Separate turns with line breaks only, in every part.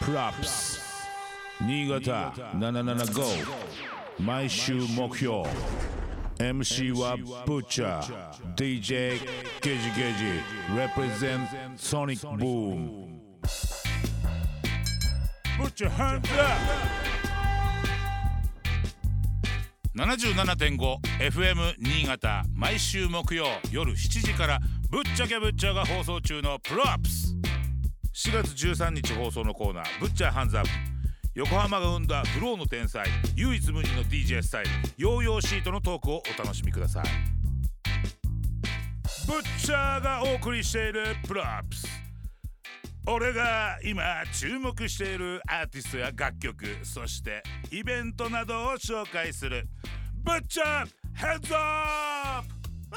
プラップス新潟775毎週目標 MC はブッチャー DJ ゲジゲジ represent ソニックブーム Put your hands up!
77.5FM 新潟毎週木曜夜7時から「ぶっちゃけぶっちゃ」が放送中の「プロアップス」4月13日放送のコーナー「ぶっちゃハンズアップ」横浜が生んだフローの天才唯一無二の DJ スタイルヨーヨーシートのトークをお楽しみくださいブッチャーがお送りしている「プロアップス」俺が今注目しているアーティストや楽曲そしてイベントなどを紹介する「ぶっちゃんヘッズアップ!ウー」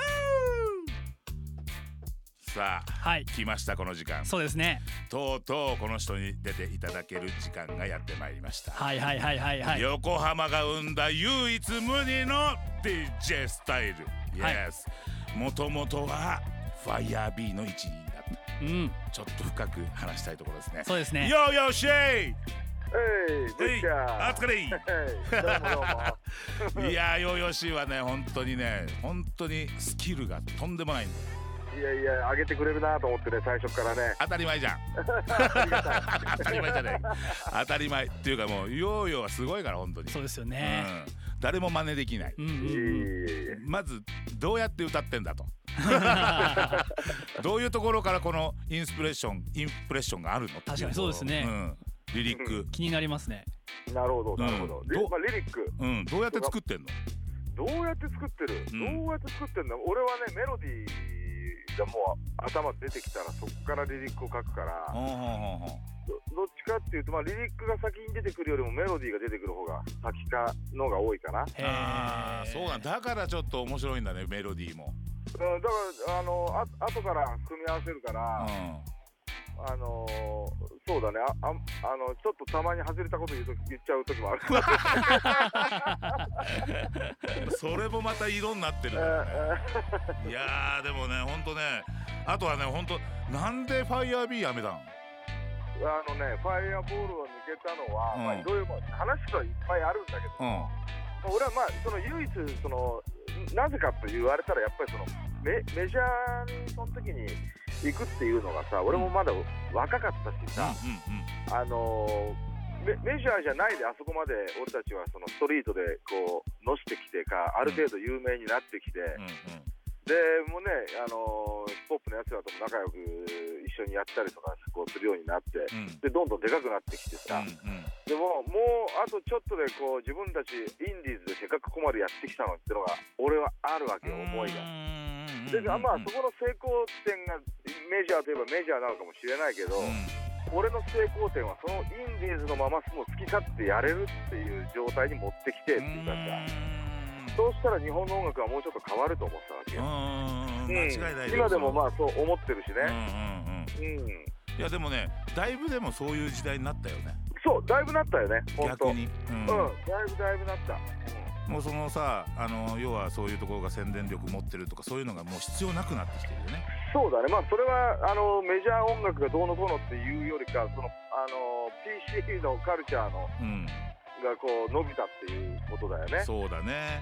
さあ、
はい
来ましたこの時間
そうですね
とうとうこの人に出ていただける時間がやってまいりました、
はいはいはいはいはい
横浜が生んだ唯一無二の DJ スタイル Yes もともとは FIREB の一員だった
うん
ちょっと深く話したいところですね。
そうですね
よーよーしー
えい、ぶっちゃ
あつかれい
ー。どうもどう も。
いやー、ヨーヨーシーはね、本当にね、本当にスキルがとんでもないんだよ
いやいや、上げてくれるなと思ってね、最初からね。
当たり前 じゃん。当たり前じゃない。当たり前っていうかもう、ヨーヨーはすごいから、本当に。
そうですよ
う
ね
ん、誰も真似できない。
うんう
いい
ん うん
まず、どうやって歌ってんだと。どういうところからこのインスピレーション、インプレッションがあるのってい
確かにそうですね
うん、リリック。
気になりますね
なるほど、なるほ
う
ど。
ん
で
どう
まあ、リリック、
うん、どうやって作ってんの
どうやって作ってる、
うん
どうやって作ってんだ俺はね、メロディーがもう頭出てきたら、そこからリリックを書くから、
ほんほんほんほん
どどっちかっていうと、まあ、リリックが先に出てくるよりも、メロディーが出てくる方が先かのが多いかな。
へー
あーそうなんだからちょっと面白いんだねメロディーも、
うん、だから、あの、あ後から組み合わせるから、
う
あのー、そうだねあああのちょっとたまに外れたこと言うと言っちゃう時 もある
ん、それもまた色にな ってるん
え
だよね
ー
いやーでもねほんとねあとはねほんとなんでファイヤービーやめたん
えーあのねファイアボールを抜けたのは、
うん
まあ、いろいろ話はいっぱいあるんだけど
うん
俺はまあその唯一そのなぜかと言われたらやっぱりそのメメジャーにその時に行くっていうのがさ俺もまだ若かったしさ、あのーメメジャーじゃないであそこまで俺たちはそのストリートでこうのしてきてかある程度有名になってきて、
うんうんうん
でもうね、あのーヒップホップのやつらとも仲良く一緒にやったりとかこうするようになって、
うん
でどんどんでかくなってきてさ、
うんうん
でももうあとちょっとでこう自分たちインディーズでせっかくここまでやってきたのってのが俺はあるわけよ、思いが。
うん
で、まあ、そ
こ
この成功点がメジャーといえばメジャーなのかもしれないけど、俺の成功点はそのインディーズのままもう好き勝手やれるっていう状態に持ってきてっていうかさ、そうしたら日本の音楽はもうちょっと変わると思ってたわけよ。
うん間違いない
今でもま
あ
あそう思ってるし
うん
ね、
うんうん
うん
いやでもねだいぶでもそういう時代になったよね
そうだいぶなったよね本当
逆にうん
うんだいぶだいぶなった、
もうそのさあの要はそういうところが宣伝力持ってるとかそういうのがもう必要なくなってきてるよね。
そうだねまあそれはあのメジャー音楽がどうのこうのっていうよりかそのあの PC のカルチャーの
うん、
がこう伸びたっていうことだよね
そうだね。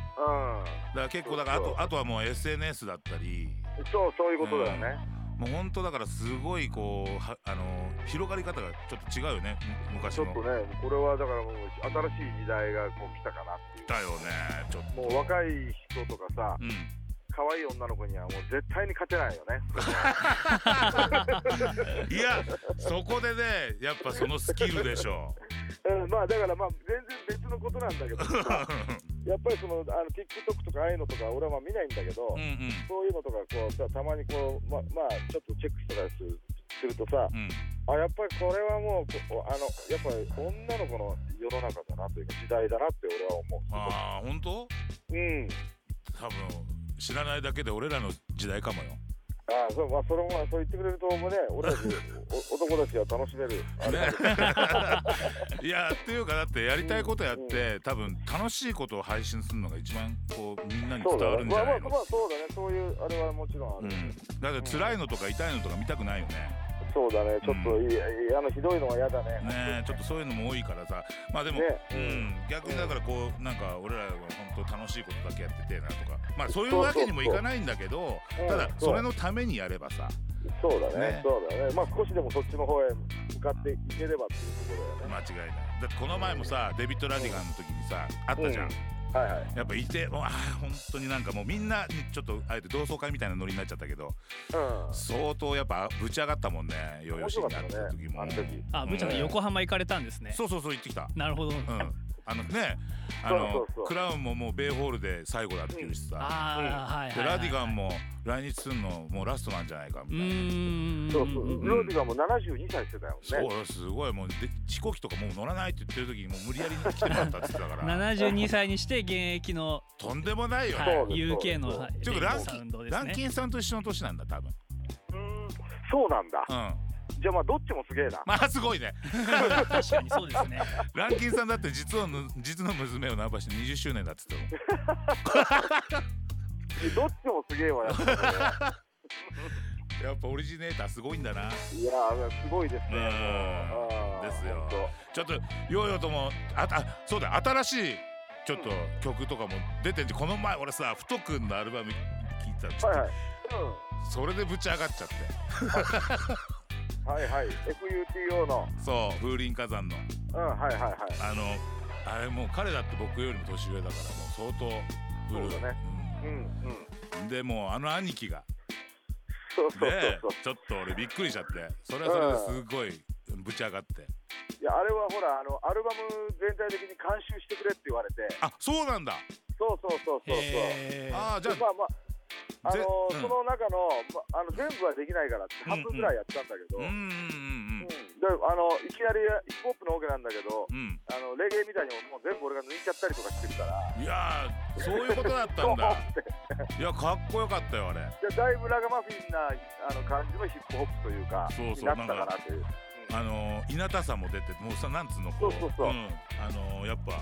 だから結構だからあとあとはもう SNS だったり、
うんそうそういうことだよね、
もう本当だからすごいこうはあの広がり方がちょっと違うよねむ昔
ちょ
の。
っとねこれはだからもう新しい時代がこう来たかなっていう
だよねちょっと。
もう若い人とかさ
うん、
可愛い女の子にはもう絶対に勝てないよ ね
いやそこでねやっぱそのスキルでしょ
うん、まあだからまあ全然別のことなんだけど さやっぱりそのあの TikTok とかああいうのとか俺はまあ見ないんだけど、
うんうん
そういうのとかこうさたまにこうままあちょっとチェックとかするするとさ
うん
あやっぱりこれはもうこあのやっぱり女の子の世の中だなというか時代だなって俺は思う
ああ本当
うん
多分知らないだけで俺らの時代かもよ。
ああそう,、まあ、それもまあそう言ってくれるともうね俺 たちお男たちが楽しめるあ れだけど
いやっていうかだってやりたいことやって多分楽しいことを配信するのが一番こうみんなに
そ
伝
うだ
わ
ね
るんじ
まあ
ゃ
ま
な
あ
いの
まあそうだねそういうあれはもちろんあ
う
る、
んだって辛いのとか痛いのとか見たくないよね
そうだね、ちょっと、
う
いやあのひどいのは嫌だね。
ねえちょっとそういうのも多いからさまあでも、
ね
うん、逆にだからこうなんか俺らは本当楽しいことだけやっててなとかまあそういうわけにもいかないんだけど
そうそう
ただ
うん
それのためにやればさ
そうだね
ね
そうだね。まあ少しでもそっちの方へ向かっていければっていうところだよね。
間違いないだってこの前もさデビッド・ラディガンの時にさあったじゃん、
うんはいはい。
やっぱいてもうあー本当になんかもうみんなにちょっとあえて同窓会みたいなノリになっちゃったけど相当やっぱぶち上がったもんねヨー
う
ヨー
ん。面
シ
白
ー
か
に
った
なった
ね
時。も
あの時。
あぶーちゃんさん横浜行かれたんですね
そうそうそう行ってきた
なるほど
うん あのねあの
そうそうそう
クラウンももうベイホールで最後だっていうしさ、
ああはいはい
で
はい
ラディガンも来日するのもうラストなんじゃないかみ
う
たいな。
ーん
そうそう。ローディがもう七十二歳してたよ
そう
ね。
よすごいもうで飛行機とかもう乗らないって言ってる時にもう無理やり来てもらったって言ってたか ら
72歳にして現役の、
とんでもないよね、
はい
そうです
UK の
そう
はい
ていうかランキ
サウンドです
ラン
ね
キンさんと一緒の年なんだ多分
うーんそうなんだ。
うん
じゃあまあどっちもすげえな。
まあすごいね
確かにそうですね
ランキンさんだって実の実の娘をナンパして20周年だっつってたもん
どっちもすげえわやっぱりね。
やっぱオリジネーターすごいんだない
やーすごいです
う
ね。
ん
あー
ですよ
ほんと
ちょっとヨーヨーともああそうだ新しいちょっと曲とかも出ててこの前俺さ太くんのアルバム聞いたのちょっ
はい
と
はい。
それでぶち上がっちゃって
うん。はいはい。FUTO の。
そう風林火山の
うんはいはいはい。
あのあれもう彼だって僕よりも年上だからもう相当古い
そうだねうんうん。
うんでもうあの兄貴が
そうそう
で
そうそう。
ちょっと俺びっくりしちゃってそれはそれですごいぶち上がって
いやあれはほらあのアルバム全体的に監修してくれって言われて。
あそうなんだ
そうそうそうそうそう。
へー
あーじゃ
まあまああ
ぜ
の
うん
その中の,、ま、あの全部はできないからって
うんうん
半分ぐらいやったんだけど、
あうん
う
うんんうん
であのいきなりヒップホップのオケなんだけど
うんうん
あのレゲエみたいにもう全部俺が抜いちゃったりとかしてるから
いやーそういうことだった
そ
ん
う思
だ
っ
い
て
やかっこよかったよあれ
でだいぶラガマフィンなあの感じのヒップホップというか
そうそう
になったかなという。うん
あの稲田さんも出てもうさなんつうのこ、
そうそうそうん
あのやっぱ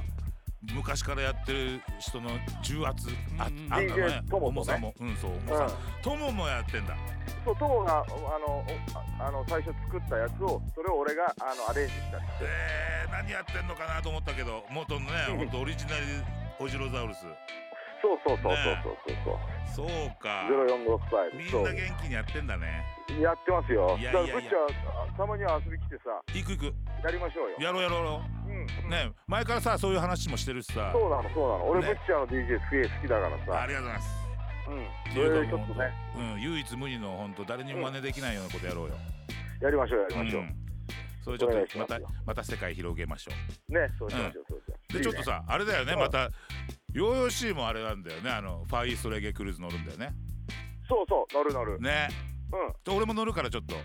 昔からやってる人の重圧あ
うんうん
あんだね
DJ トモとね
重さもうんそう重
う
さ
ん
トモもやってんだ
そうトモがおあのおああの最初作ったやつをそれを俺があのアレンジしたりして
えー、何やってんのかなと思ったけど元のね
うん
本当オリジナルオジロザウルス
そうそうそう
ね
そうそうそう
そうか
そう045スタイル
み
そ
ん
う
な元気にやってんだね
やってますよ
いや
だ
いや
か
い
ら
や
こっちはあたまには遊び来てさ
行く行く
やりましょうよ
やろうやろうやろ
うん
うね前からさそういう話もしてるしさ
そうなのそうなの俺
ね
ブッチャーの DJ すげえ好きだから
あ
さ
りがとうございます
うん
って
そ
い
れで
う
ち
か
ょ
も
っ
う
とね
うん、唯一無二の本当誰にも真似できないようなことやろうよ、
やりましょうやり
う、
ましょうん
それちょ
お願
っ
い
と
し
ま
ます
たまた世界広げましょ
ねそうしましょうそうしま
う
しょ
で
う
ちょっとさあれだよね
うん
またヨーヨーシーもあれなんだよねあのファーイーストレゲエクルーズ乗るんだよね
そうそう乗る乗るうん
ねで俺も乗るからちょっと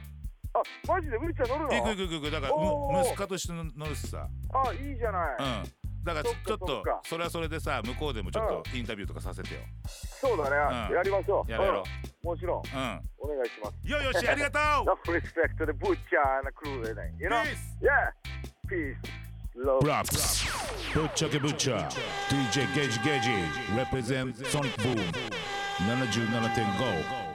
あマジでブッチャー乗る
行く
の
行く行くだから
お
む
ー
息子と一緒に乗るしさ
あいいじゃな
う
い
んだからちょ
そっか
ちょっ
そ
と
っか
それはそれでさ向こうでもちょっとインタビューとかさせてよ
そうだ
うん
ねやりましょう
やろうやろ
うんもちろん
ううん
お願いします
ヨーヨー シーありがとう
Enough respect to the butcher and the crew and everything, you know?
Peace.
Yeah. Peace. Love.
ブラップスぶっちゃけぶっちゃ DJ ゲージゲージ represent Sonic Boom 77.5